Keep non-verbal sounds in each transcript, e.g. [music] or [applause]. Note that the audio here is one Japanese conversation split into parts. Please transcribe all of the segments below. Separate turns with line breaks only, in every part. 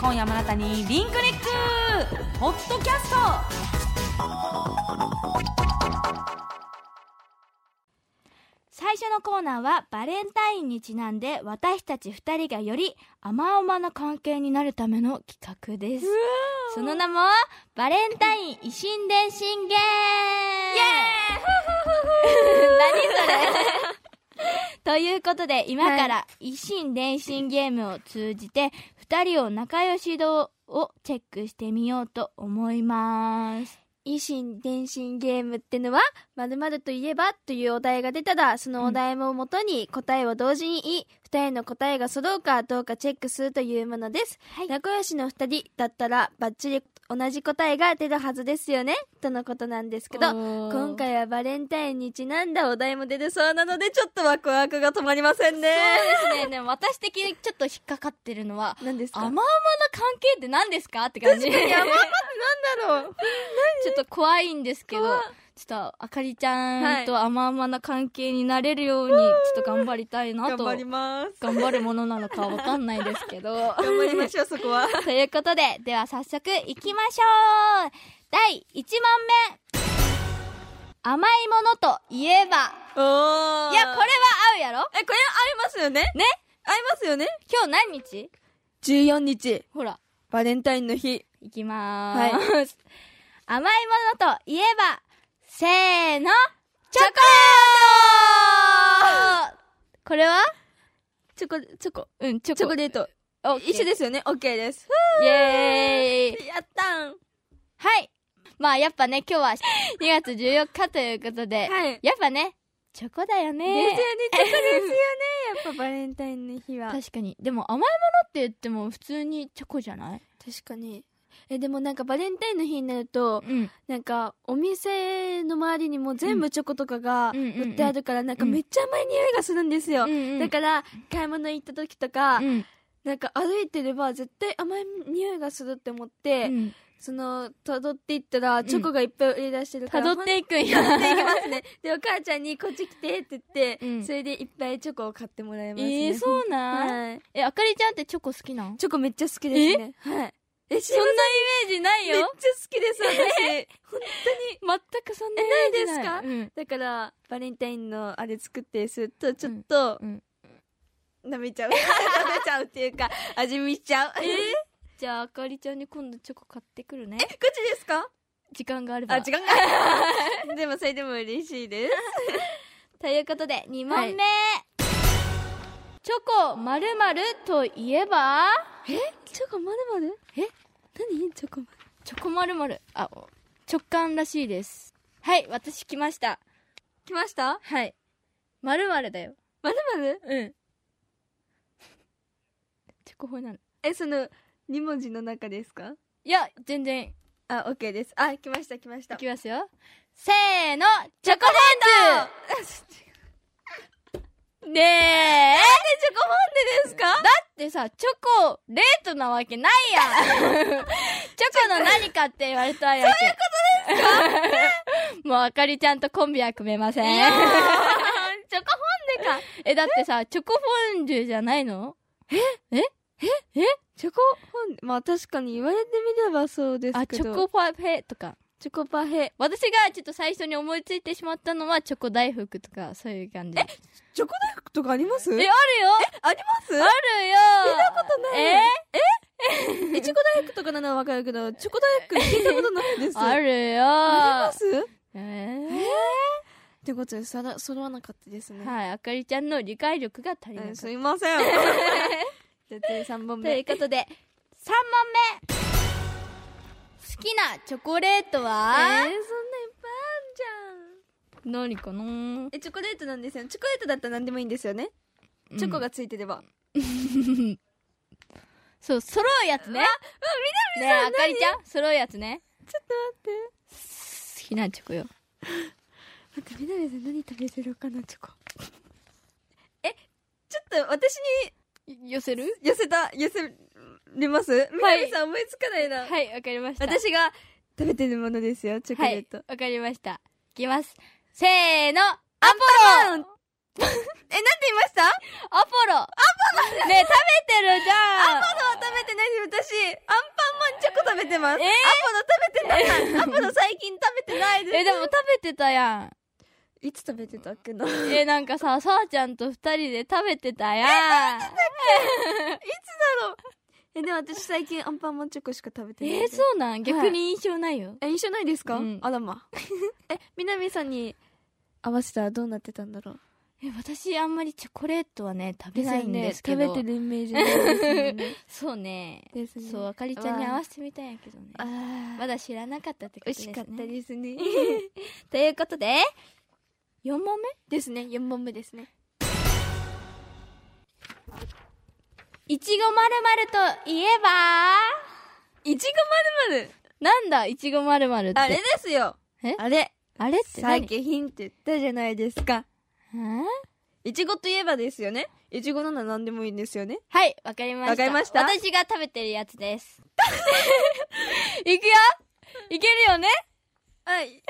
今夜もあなたにリンクリックポッドキャスト最初のコーナーはバレンタインにちなんで私たち2人がより甘々な関係になるための企画ですその名もバレンタイン維新伝心ゲーム [laughs] 何それということで今から維新伝心ゲームを通じて2人を仲良し度をチェックしてみようと思います
維新伝心ゲームってのは〇〇といえばというお題が出たらそのお題ももとに答えを同時に言い、二人の答えが揃うかどうかチェックするというものです、
[laughs] はい
仲良しの二人だったらバッチリ同じ答えが出るはずですよねとのことなんですけど今回はバレンタインにちなんだお題も出るそうなのでちょっとワクワクが止まりませんね
そうですねでも私的にちょっと引っかかってるのは
何ですか
甘々な関係って何ですかって感じ確かに [laughs] 甘々
なんだろう
ちょっと怖いんですけど
怖い
ちょっとあかりちゃんと甘々な関係になれるようにちょっと頑張りたいな
頑
と
張ります
頑張るものなのかわかんないですけど
[laughs] 頑張りましょうそこは
ということで、では早速行きましょう第1問目甘いものといえば
おー
いや、これは合うやろ
え、これ合いますよね
ね
合いますよね
今日何日
?14 日、
ほら、
バレンタインの日。
行きまーす。 [laughs] 甘いものといえば、せーの、チョコレートこれは
チョコ、チョコ、
うん、チョコ。
チョコレート。
お
一緒ですよね ?OK です。
イエーイ
やったん
はい。まあやっぱね、今日は2月14日ということで、
はい
やっぱね、チョコだよ
ですよ
ね
ね、。チョコですよね。 [laughs] やっぱバレンタインの日は。確
確かに。でも甘いものって言っても普通にチョコじゃない
かに。え、でもなんかバレンタインの日になると、
うん。
なんかお店の周りにも全部チョコとかが
うんうん
売ってあるから、なんか
うん
めっちゃ甘い匂いがするんですよ。だ
だか、、
から、買い物行った時とから
ん。
なんか歩いてれば絶対甘い匂いがするって思って、その辿っていったらチョコがいっぱい売り出してるから、
辿っていくん
ほんと
や。
に辿っていきますねでお母ちゃんにこっち来てって言って、
うん
それでいっぱいチョコを買ってもらいますね
えー、 [laughs] そうなん
はい
え、あかりちゃんってチョコ好きなん
チョコめっちゃ好きですねはいえそんな
イメージない
めっちゃ好きです私
全くそんなイメージない。
えない
です
だからバレンタインのあれ作ってするとちょっと、
うん
舐めちゃう舐めちゃうっていう [laughs] か味見しちゃう
えー
こ
じゃあ、あかりちゃんに今度チョコ買ってくるね。
っちですか
時間があれば。
あ時間 [laughs] がでもそれでも嬉しいです
ということで、2問目。
はい
チョコまるといえば
チョコまるまる
え
何チョコまる
チョコまるまるあお直感らしいですはい私来ました
来ました
はいまるまるだよ
まるまる
うんチョコ風なの
えその2文字の中ですか
いや全然
あオッケーですあ来ました来ました
いきますよせーのチョコ
あ
フォンデュ [laughs] ねえ
チョコフォンデですか
でさチョコレートなわけないやん [laughs] チョコの何かって言われたやんそういうことですか [laughs] もうあかりちゃんとコンビは組めません
チョコフォンデか
えだってさチョコフォンデュじゃないの
チョコフォンデまあ確かに言われてみればそうです
あ
け
チ
ど
ョコパフェとか
チョコパフェ
私がちょっと最初に思いついてしまったのはチョコ大福とかそういう感じえ
チョコ大福とかあります
あるよ
あります
あるよ
たことない
え
えチョコ大福とかなのはわかるけどチョコ大福聞いたことない [laughs] です
あるよ
あります
え
ってことでさら揃わなかったです
ー
ね
はいあかりちゃんの理解力が足りなか
う
っ
ん
た
すいません [laughs] じゃあ次3本
という
目
ことで3問目好きなチョコレート
えー、そんな
は
いっ、ぱいあんじゃん
何かなー
えチョコレートなんですよチョコレートだったら何でもいいんですよね、チョコがついてれば
そう揃うやつねうねえあかりちゃん揃うやつね
ちょっと待
好きなチョコよ
ってなんかみなみさん何食べてるかなチョコえちょっと私に
寄せる
寄せた寄せれますみなみさん思いつかないな、
はいわかりました
私が食べてるものですよチョコ
はい
レート、
わかりましたいきますせーのアポロ
ンえなんて言いました
アポロアポロねえ食べてるじゃん
あ食べてないですてます、アポロ食べてないアポロ最近食べてないです
えでも食べてたやん
いつ食べてたっけないつだ
えなんかささあちゃんと二人で食べてたやん
ろう [laughs] えでも私最近アンパンマンチョコしか食べてない
えー、そうなん逆に印象ないよ、
え一緒ないですか、
うん
あらま [laughs] え南さんに合わせたらどうなってたんだろう
え私あんまりチョコレートはね食べないんですけど、
食べてるイメージないですよね
[laughs] そうね
[laughs] ですね
そうあかりちゃんに合わせてみたんやけどね
あー
まだ知らなかったってこと
美
ですね
味しかった
す
ですねということで
4問目
[laughs] ですね4問目ですね
いちごまるまるといえば
いちごまる
なんだいちごまるまるって
あれですよ
え
あれ
あれって
さっ
何
きヒント言ったじゃないですか
はあ
いちごといえばですよねいちごなら何でもいいんですよね
はいわかりました
わかりました
私が食べてるやつです [laughs] いくよいけるよね
はい [laughs]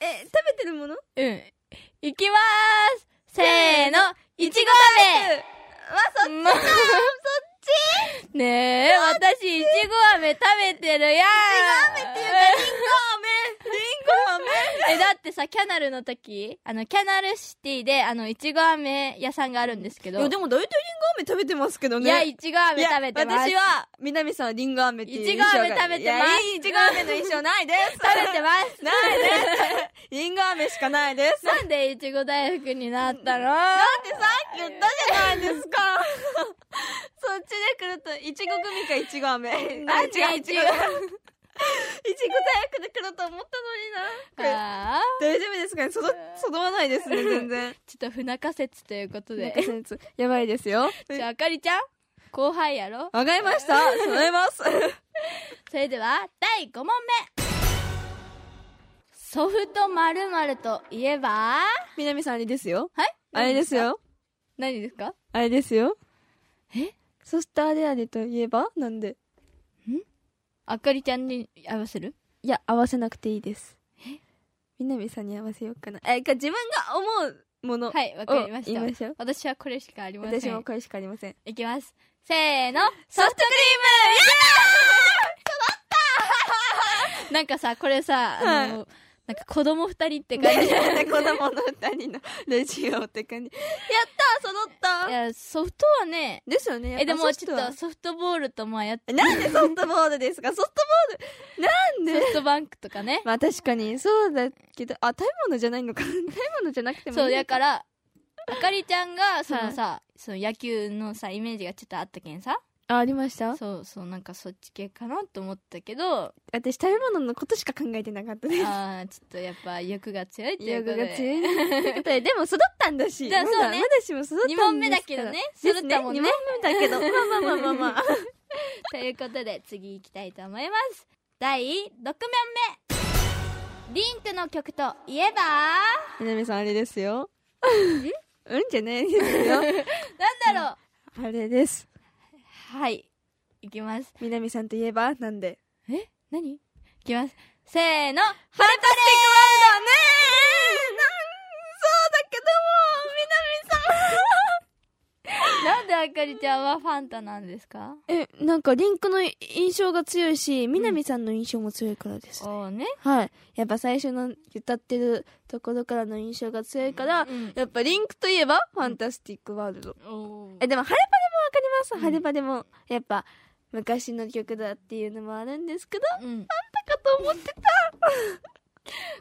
え食べてるもの
うんいきまーすせーのいちご
えわそ
飴そっち [laughs] ねえ私いちご飴食べてるやんいちご飴っていうか
リンゴ飴
えだってさキャナルの時あのキャナルシティであのいちご飴屋さんがあるんですけど
いやでも大体リンゴ飴食べてますけど
い
ね
やいちご飴食べてます
いや私は南さんはリンゴ飴っていう
いちご飴食べてます
いやいいちご飴の印象ないです
食べてます
ないですリンゴ飴しかないですだ
なんでいちご大福になったの
ってさっき言ったじゃないですかそっちで来るといちご組かいちご飴あ
なんで
違うい
い
ち
ち
ご
ご
いちご大福で来ると思ったのになこれ
あー
大丈夫ですかねそどそどわないですね全然
ちょっと不仲説ということで
やばいですよ
じゃああかりちゃん後輩やろ
わかりました揃えます
それでは第5問目ソフトまるまるといえばは
南さんあれですよ。
い
あれですよ。
何ですか
あれですよ。
え
そしてあれあれといえばなんで
あかりちゃんに合わせる
いや、合わせなくていいです。南さんに合わせようかな。え、か自分が思うもの。
はいわかりました
お言いましょう
私はこれしかありません
私もこれしかありません。
いきます。せーの、ソフトクリームやったなんかさ、これさ、あの、なんか子供二人って感
[laughs]
じ。い
子供の二人のレジオって感じ。やった揃った
や、ソフトはね、
ですよね。
え、でもちょっと
と。
ソフトボールと迷って、
なんでソフトボールですかソフトボールな
ソ
んで
フトバンクとか
[laughs]
ね。
まあ確かに、そうだけど、あ、食べ物じゃないのか。食 [laughs] べ物じゃなくてもいい
そう、だ
のか
から、あかりちゃんが、そのさ、その野球のさ、イメージがちょっとあったけんさ、
あ、ありました
そうそう、なんかそっち系かなと思ったけ
[laughs]
ど、
私食べ物のことしか考えてなかったです [laughs]
あー、ちょっとやっぱ欲が強いっていう
欲
こと
が
で。[laughs]
強いなってことででも育ったんだし
じゃあ
ま
そうね
まだしも育ったんですから
二問目だけどね
です
育ったもんね
二問目だ
[laughs]
けどまあまあまあまあまあ
ということで次行きたいと思います第6問目リンクの曲といえば
南さんあれですようんじゃないです
な
よ
んだろう
あれです
はい行きます
南さんといえばなんで
え何行きますせーの
ファンタスティックワールドねそうだけども南さん [laughs]
なんであかりちゃんはファンタなんですか
えなんかリンクの印象が強いし南さんの印象も強いからです、
おうね
はいやっぱ最初の歌ってるところからの印象が強いから、
うん
やっぱリンクといえばファンタスティックワールド。
おう
え、でも、ハレパでもわかります。
ん
ハレパでも、やっぱ、昔の曲だっていうのもあるんですけど、
うん
かと思って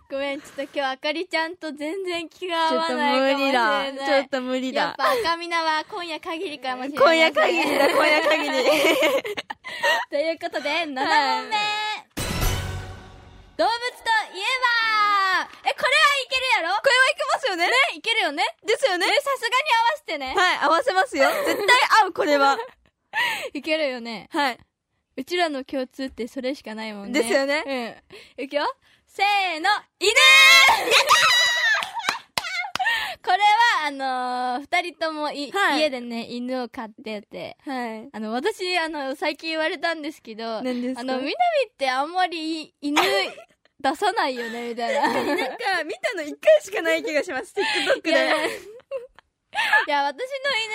ごめんちょっと今日あかりちゃんと全然気が
ち
合
ょっ
わ
と
ないか
無
もし
理
れな
だ。
い
ちょっと無理
やっ
だ。
ぱ赤みなは今夜限りかもしれない
今夜限りだ、今夜 [laughs] 限り。
ということで、7問目、
はい
動物といえばえ、これはいけるやろこれはいけますよねね、いけるよね
ですよね
ね、。さすがに合わせてね
はい、合わせますよ。絶対合う、これは。
いけるよね
はい。
うちらの共通ってそれしかないもんね。
ですよ
ね。うん。いくよせーの犬これは、あのー二人ともい、
はい
家でね、犬を飼ってて。
はい。
あの、私、あの、最近言われたんですけど、
何ですか
あの、みなみってあんまりい犬出さない [laughs] よね、みたいな。
なんか、見たの一回しかない気がします。TikTok
いや
で。
いや、私の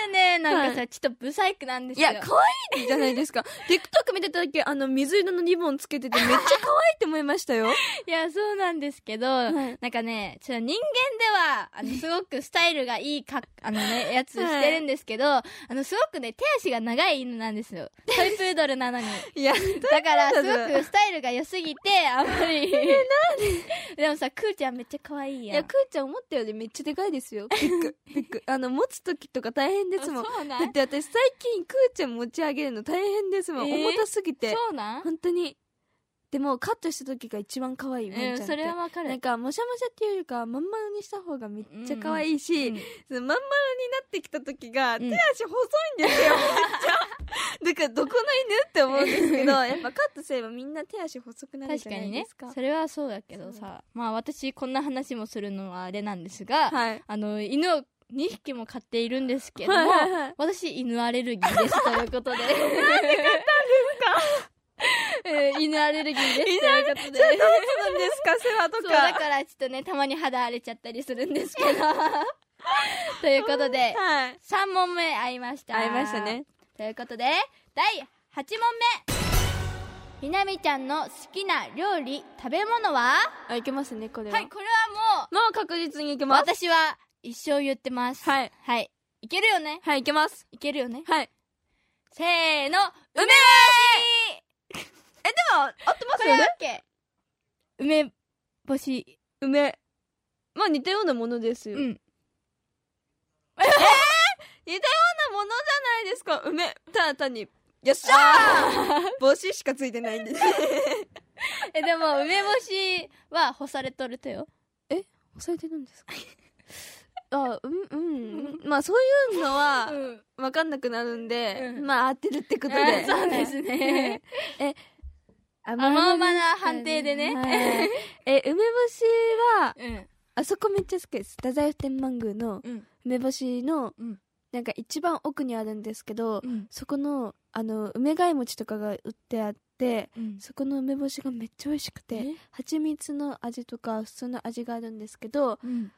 犬ね、なんか
は
さ、ちょっとブサイクなんで
い
すよ。
や、可愛いじゃないですか。TikTok 見てた時、あの、水色のリボンつけてて、めっちゃ可愛いって思いましたよ。
いや、そうなんですけど、
い
なんかね、ちょっと人間では、あの、すごくスタイルがいいか、 [laughs] あのね、やつしてるんですけど、あの、すごくね、手足が長い犬なん [laughs] ですよ。トイプードルなのに。
いや、
だから、す
そ
ご
うなんだ
くスタイルが良すぎて、あんまり。 [laughs] でもさ、クーちゃんめっちゃ可愛い
い
やん。
や、くーちゃん思ったよりめっちゃでかい [laughs] ですよ。ピック、ピック。あの、持つ時とか大変ですもん。
あ
だ
そうなん
って私最近くーちゃん持ち上げるの大変ですもん。
えー
重たすぎて。
そうなん
本当に。でも、カットした時が一番可愛い、ワンちゃ
うん
っ
ん、
て。
それはわかる。
なんか、もしゃもしゃっていうよりか、まん丸にした方がめっちゃ可愛いし、
うん
そのまん丸になってきた時が、
ん
手足細いんですよ、めっちゃ。だから、どこの犬って思うんですけど、やっぱカットすればみんな手足細くなる
確
じゃ
か
な
に
いで
ね
すか。
それはそうだけどさまあ私こんな話もするのはあれなんですが、
はい。
あの犬を2匹も飼っているんですけども、
はいはいはい
私犬アレルギーですという
[laughs]
ことでなんで [laughs] 飼ったんですか、えー犬アレルギ
[laughs]
ーですということで
そうなんですか、世話と
そう
か。
だからちょっとねたまに肌荒れちゃったりするんですけ
[laughs]
どということで
はい。
3問目合いました
会いましたね。
ということで第8問目みなみちゃんの好きな料理食べ物は
あ、いけますね、これは。
はいこれはもう
もう確実にいけます。
私は一生言ってます
はい。
はいいけるよね
はい、いけます。
いけるよね
はい。
せーの梅干し
あ、合ってま
これは OK 梅干し
梅。まあ、似たようなものですよ。
うん
似たようなものじゃないですか、梅。ただ単に。よっしゃー [laughs] 帽子しかついてないんです。
[laughs] えでも梅干しは干されとるとよ
押されてるんですか [laughs] あ、うん、うん。まあ、 [laughs] そういうのは、
ん
わかんなくなるんで、
うん
まあ、合ってるってこと
あ
で。
ー [laughs] そうです [laughs] ね
え、甘
々
[laughs]
な判定でね
はいえ、梅干しは、
うん
あそこめっちゃ好きです。太宰府天満宮の
うん
梅干しの、
うん
なんか一番奥にあるんですけど、
うん
そこの、あの、梅貝餅とかが売ってあって、
うん
そこの梅干しがめっちゃ美味しくて、蜂蜜の味とか普通の味があるんですけど、
うん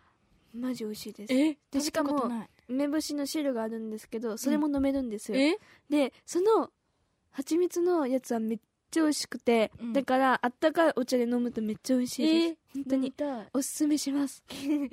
マジ美味しい [laughs] です。
え
でしかも
食べたことない
梅干しの汁があるんですけど、それも飲めるんですよ。
え
でその蜂蜜のやつはめっちゃ美味しくて、
うん
だからあったかいお茶で飲むとめっちゃ美味しいです、本当に
行
おすすめします
[laughs]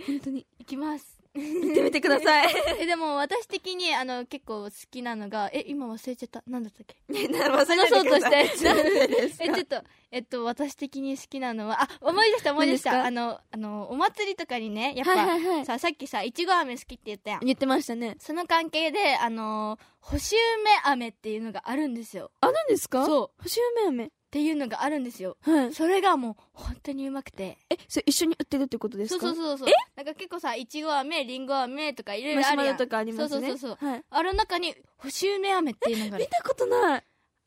本当に
きます
行ってみてください
[laughs] えでも私的にあの結構好きなのがえ今忘れちゃったなんだったっけ
ね忘
話そうとしたやつ
なんでですか
[laughs] えちょっとえっと私的に好きなのはあ思い出した思い出し
何
た
ですか
あのあのお祭りとかにねやっぱ、
はいはいはい
ささっきさいちご飴好きって言ったやん
言ってましたね
その関係であの星梅飴っていうのがあるんですよ
あなんですかう
そうっ
星梅
ていうのがあるんですよ
飴はい
それがもう本当にうまくて
えそれ一緒に売ってるってことです
そう
か
そう
う
そうそうなんか結構さいちご飴りんご飴とかいろい
マ
ろあ
シュマ
るや
ロ
ん
とかありますね
そうそうそう
そう、はい、
あの中に星梅飴っていうのがある
見たことない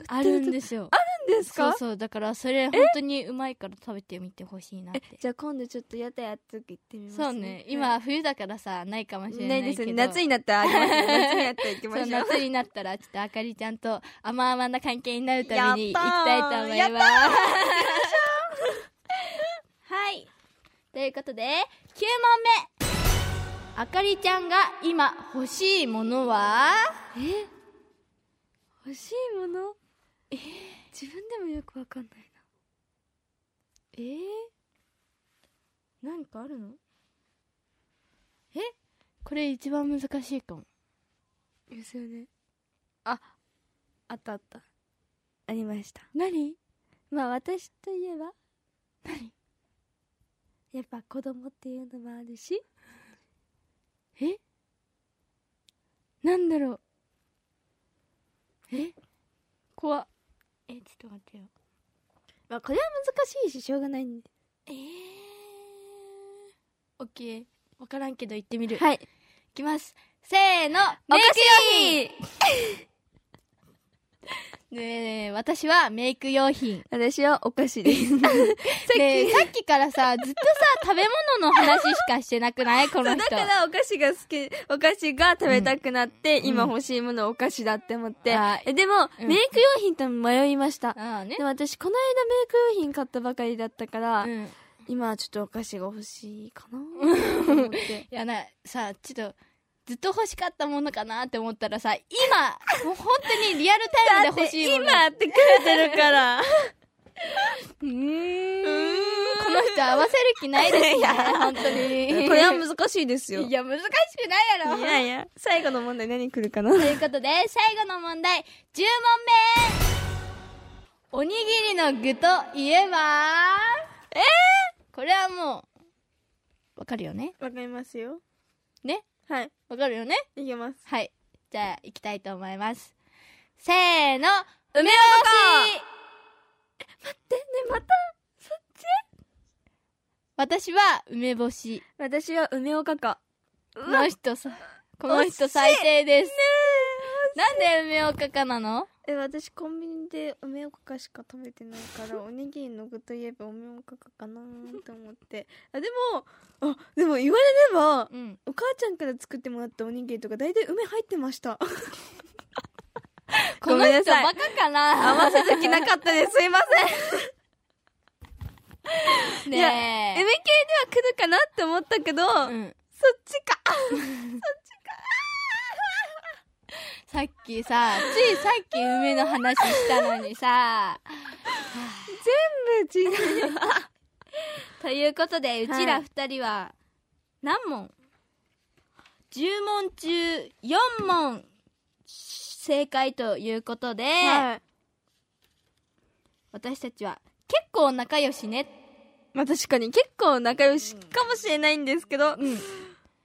あるんですすよ
です
そ
か
うそうだからそれ本当にうまいから食べてみてほしいなって
えじゃあ今度ちょっと屋台やった時行ってみます
そうね今冬だからさないかもしれな
ないい
けど
ですよね夏になったらありますね夏になったら行きまし
そ
ょ
う
う
夏になったらちょっとあかりちゃんと甘々な関係になるために行き
やったー
たいと思います
やったー
[laughs] はいということで9問目あかりちゃんが今欲しいものは
え欲しいものえ自分でもよくわかんない
えー、何かあるのえこれ一番難しいかも
なですよねああったあったありました
何
まあ私といえば
何
やっぱ子供っていうのもあるし
えなんだろうえ怖っえちょっと待ってよ
まあこれは難しいししょうがないんで
えー、オッケー分からんけど行ってみるい
はい
きますせーのメイク用品ねえねえ私はメイク用品
私はお菓子です [laughs]
ねえさっきからさずっとさ食べ物の話しかしてなくないこの
だ
人
からお菓子が好きお菓子が食べたくなって、
ん
今欲しいものはお菓子だって思って、
はい
えでも、
うん
メイク用品とも迷いました
ああね
でも私この間メイク用品買ったばかりだったから、
うんい
今はちょっとお菓子が欲しいかなと思って
やなさちょっとずっと欲しかったものかなって思ったらさ今もう本当にリアルタイムで欲しいもの
今ってくれてるから
うーんこの人合わせる気ないですね
いや
本当に
これは難しいですよ
いや難しくないやろ
いやいや最後の問題何来るかな
ということで最後の問題10問目おにぎりの具といえばえこれはもうわかるよね
わかりますよ
ね
はい
わかるよね
いけます
はいじゃあ行きたいと思いますせーの梅干し
でねまた
私は梅干し
私は梅岡か
この人さこの人最低ですなんで梅岡かなの
え私コンビニで梅おかかしか食べてないからおにぎりの具といえば梅おかかかなーと思ってあでもあでも言われれば
うん
お母ちゃんから作ってもらったおにぎりとか大体梅入ってました
この
ごめんな
人
さい
バカかな
合わせてきなかったですすいませいや
ね
ん [laughs] 梅系では来るかなって思ったけど、
えうん
そっちか
さっきさ、ついさっき梅の話したのに
[laughs]
さ。
全部違う
ということで、うち
は
ら
い
二人は、何問 ?10 問中4問正解ということで、
はい
私たちは結構仲良しね。
[laughs] まあ確かに結構仲良しかもしれないんですけど、うん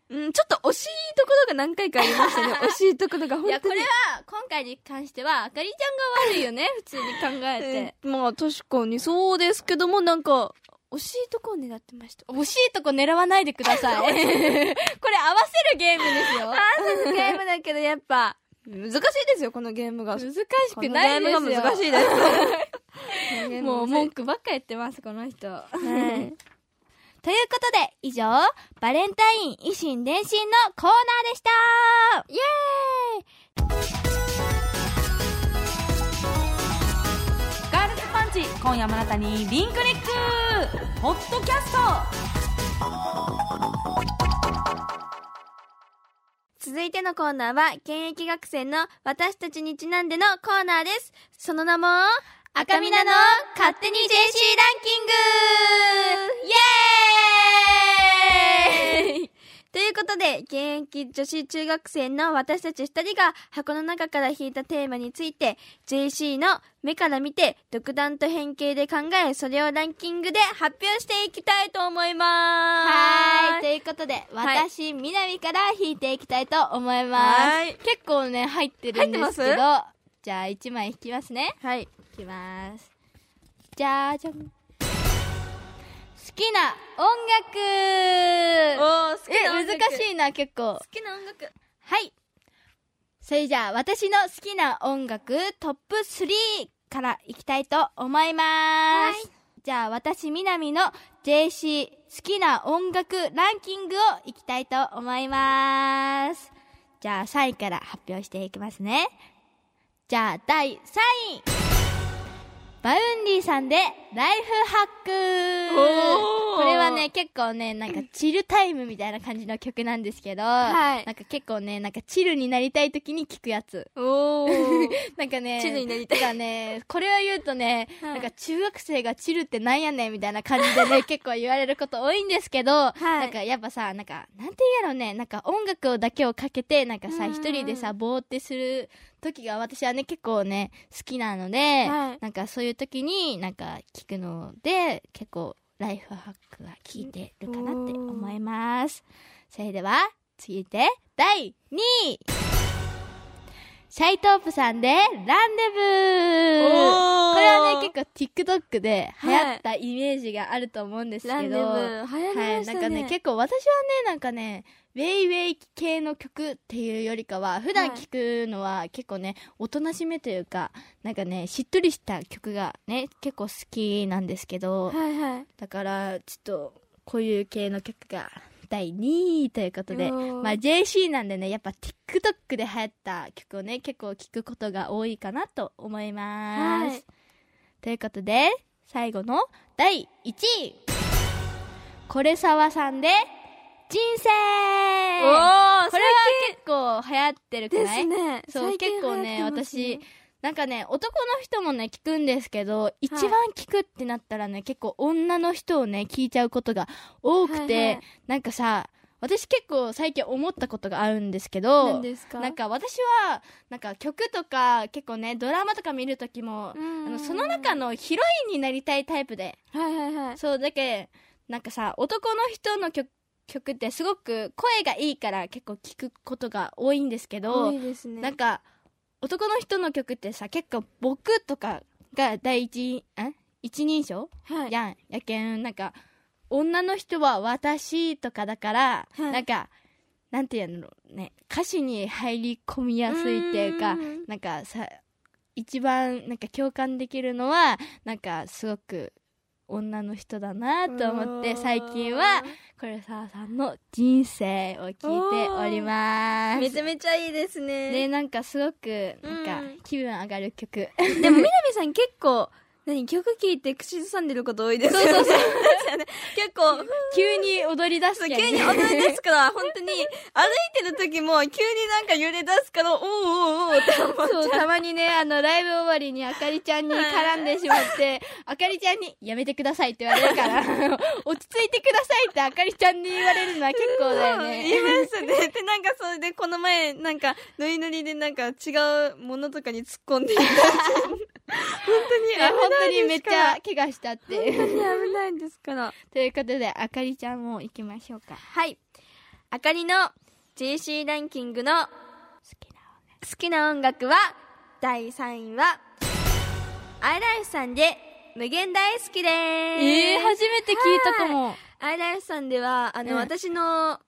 うん。
ちょっと惜しいところが何回かありました [laughs] ね惜しいところが本当に
いや、これは、今回に関しては、あかりちゃんが悪い
[laughs]
よね、普通に考えて。
えーまあ確かにそうですけどもなんか惜しいとこを狙ってました
惜しいとこ狙わないでくださ [laughs] い。これ合わせるゲームです
[laughs]
よ。
ゲームだけどやっぱ難しいですよこのゲームが
難しくないですよ。
このゲームが難しいです
もう
も
文句ばっか言ってます、この人。
う、は
と
い、
いうことで、以上、バレンタイン維新伝心のコーナーでしたイエーイ
ガールズパンチ今夜もあなたにリンクリックホットキャスト
続いてのコーナーは現役学生の私たちにちなんでのコーナーですその名も
赤みなの勝手に JC ランキングイエーイ
ということで、現役女子中学生の私たち二人が箱の中から引いたテーマについて、JC の目から見て独断と偏見で考え、それをランキングで発表していきたいと思いま
はーい。
す。
ということで、
はい
私、みなみから引いていきたいと思います。
はーい
結構ね、入ってるんですけ
入
ど
って、
じゃあ1枚引きますね。
はい。
いきます。じゃーじゃん。好きな音楽
おー、好
え、難
い。
しいな、結構
好。きな音楽。
はい。それじゃあ、私の好きな音楽トップ3からいきたいと思います。じゃあ、私、みなみの JC 好きな音楽ランキングをいきたいと思います。じゃあ、3位から発表していきますね。じゃあ、第3位。バウンディさんで、ライフハック
おー
これはね、結構ね、なんかチルタイムみたいな感じの曲なんですけど、
はい
なんか結構ね、なんかチルになりたい時に聞くやつ。
おー。
[laughs] なんかね、
チルになりたい
だからね、これを言うとね、
はい
なんか中学生がチルってなんやねんみたいな感じで
[laughs]
ね、結構言われること多いんですけど、
い
なんかやっぱさ、なんか、なんて言うやろうね、なんか音楽をだけをかけて、なんかさ、
うん
一人でさ、ぼーってする時が私はね、結構ね、好きなので、
はい
なんかそういう時になんか聞くので、結構ライフハックは聞いてるかなって思います。それでは、続いて、第2位シャイトープさんで、ランデブーこれはね、結構 TikTok で流行ったイメージがあると思うんですけど、
ランデブー。流行り
は
ま
い、
し
な
た
んかね、結構私はね、なんかね、ウェイウェイ系の曲っていうよりかは、普段
はい
聞くのは結構ね、おとなしめというか、なんかね、しっとりした曲がね、結構好きなんですけど、
はいはい。
だから、ちょっと、こういう系の曲が第2位ということで、
おー
まあ JC なんでね、やっぱ TikTok で流行った曲をね、結構聞くことが多いかなと思います。
はい
ということで、最後の第1位。これさわさんで、人生
おー、
これは結構流行ってるく
で
ない
すね。
そう
最近
結構ね
流行ってます
私なんかね男の人もね聞くんですけど一番聞くってなったらね結構女の人をね聞いちゃうことが多くて、
はいはい
なんかさ私結構最近思ったことがあるんですけ
な
ど
んですか
なん、か私はなんか曲とか結構ねドラマとか見る時も、
うん
あのその中、のヒロインになりたいタイプで
はいはいはい。
そうだけなんかさ男の人の曲曲ってすごく声がいいから結構聞くことが多いんですけど
多いですね。
なんか男の人の曲ってさ結構僕とかが第一ん一人称、
はい。
やんやけんなんか女の人は私とかだから、
はい
なんかなんていうのね歌詞に入り込みやすいっていうか
んんん
なんかさ一番なんか共感できるのはなんかすごく女の人だなと思って最近はこれささんの「人生」を聞いておりま
うん
す
めちゃめちゃいいです
で
[laughs] ね。
なんかすごくなんか
うん
気分上がる曲 [laughs]
でも、みなみさん結構、何曲聴いて口ずさんでること多いですよね。
そう [laughs] そう
結 [laughs] 構、
急に踊り出す
そう
けん
急に踊り出すから、本当に、歩いてる時も急になんか揺れ出すから、おーおーおーって思って。
そうたまにねあのライブ終わりにあかりちゃんに絡んでしまって
[laughs]
あかりちゃんに「やめてください」って言われるから [laughs] 落ち着いてくださいってあかりちゃんに言われるのは結構だよね
言いますね。で、なんかそれで、この前、なんか、ノリノリでなんか違うものとかに突っ込んでい [laughs] た。本当に、
ね [laughs] 本当にめっちゃ
危
怪我した
[laughs]
って。
ないですから。
ということで、あかりちゃんも行きましょうか。
はい。あかりの JC ランキングの好
好きな
きな音楽は、第3位は、アイライフさんで、無限大好きでーす。
ええ初めて聞いたかも。
アイライフさんでは、あの、
うん
私の、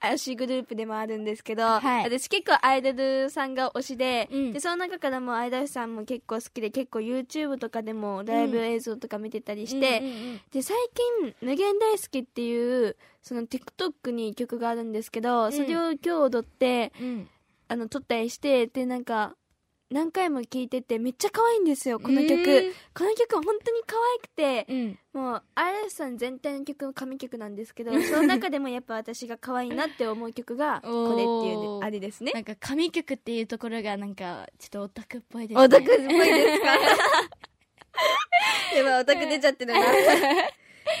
推しグループでもあるんですけど、
はい
私結構アイドルさんが推しで、
うん
で、その中からもアイライフさんも結構好きで、結構 YouTube とかでもライブ映像とか見てたりして、
うんうんうん
で、最近、無限大好きっていう、その TikTok に曲があるんですけど、
ん
それを今日踊って、
うん、
あの、撮ったりして、で、なんか、何回も聴いてて、めっちゃ可愛いんですよ、この曲。
うん
この曲は本当に可愛くて、
うん、
もうアイラさん全体の曲の神曲なんですけどその中でもやっぱ私が可愛いなって思う曲 [laughs] がこれっていう
おー
ねあれですね
なんか神曲っていうところがなんかちょっとオタクっぽいですね
オタクっぽいです [laughs] かやばいオタク出ちゃってるな [laughs]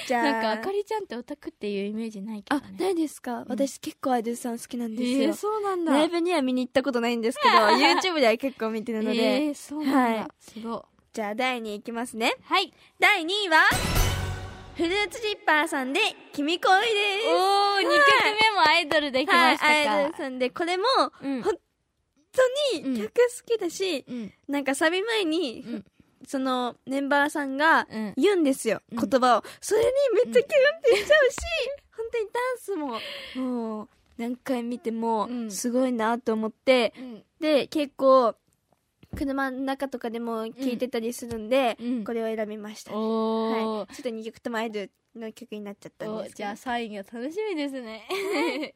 じゃあ
[laughs] なんかあかりちゃんってオタクっていうイメージないけど
あ
ね
ないですか、私結構アイドルさん好きなんですよ、
そうなん
ライブには見に行ったことないんですけ [laughs] ど YouTube では結構見てるので、
えー、そうなんだ、
はい
すごい
じゃあ第2位いきますね
はい
第2位はフルーツジッパーさんで「君恋」です
おお二曲目もアイドルできましたか、
はい、アイドルさんでこれも
うん
本当に曲好きだし、
うん
なんかサビ前に、
うん
そのメンバーさんが
うん
言うんですよ、
うん
言葉をそれにめっちゃキュンってしちゃうし、本当にダンスももう何回見ても
うん
すごいなと思って、
うん
で結構車の中とかでも聴いてたりするんで、
うん
これを選びました、
お
はい、ち
ー
ょっと2曲ともアイドルの曲になっちゃったん
お
ですけ
じ
ど
ゃあ3位が楽しみですね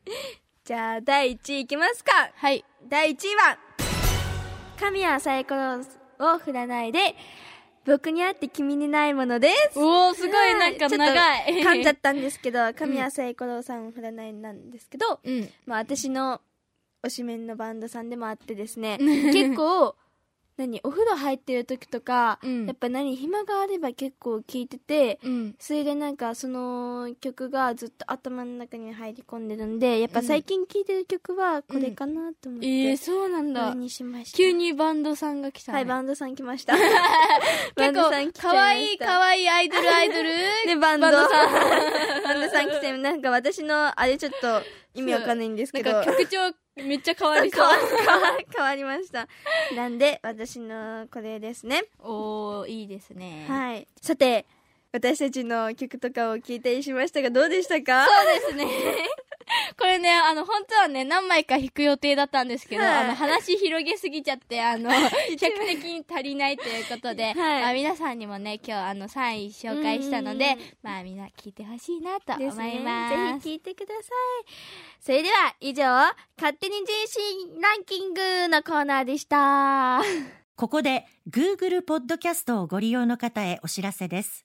じゃあ第1位いきますか
はい
第1位は神はサイコロを振らないで僕にあって君にないものです
おおすごい
は
ないんか
ちょ
長
っ
い
と噛んじゃったんですけど神はサイコロさんを振らないなんですけど、
[laughs] うん
まあ私の推しメンのバンドさんでもあってですね結構何お風呂入ってる時とか、
うん
やっぱ何暇があれば結構聞いてて、
うん
それでなんかその曲がずっと頭の中に入り込んでるんでやっぱ最近聴いてる曲はこれかなと思って、
ええそうなん
これ
だ
にしました
急にバンドさんが来たね
はいバンドさん来ましたバ
[laughs] 結
ンドさ
構
ん来ちゃいました
かわいいかわいいアイドルアイ
[laughs]
ドル
ねバン
バン
ド
ド
さんバンドさん来てなんか私のあれちょっと意味わかんないんです
な
け
ん
ど
か曲調めっちゃ変わり
変
そ
わ [laughs]
う
変わりましたなんで私のこれですね
おおいいですね
はいさて私たちの曲とかを聞いたりしましたがどうでしたか
そうですね [laughs] これねあの本当はね何枚か弾く予定だったんですけど、
はい
あの話広げすぎちゃってあの客的に足りないということで、
[laughs] はい
まあ、皆さんにもね今日あの3位紹介したので
うん
まあみんな聞いてほしいなと思い
で
ます
すねぜひ聞いてくださいそれでは以上勝手に JC ランキングのコーナーでした
ここで Google ポッドキャストをご利用の方へお知らせです。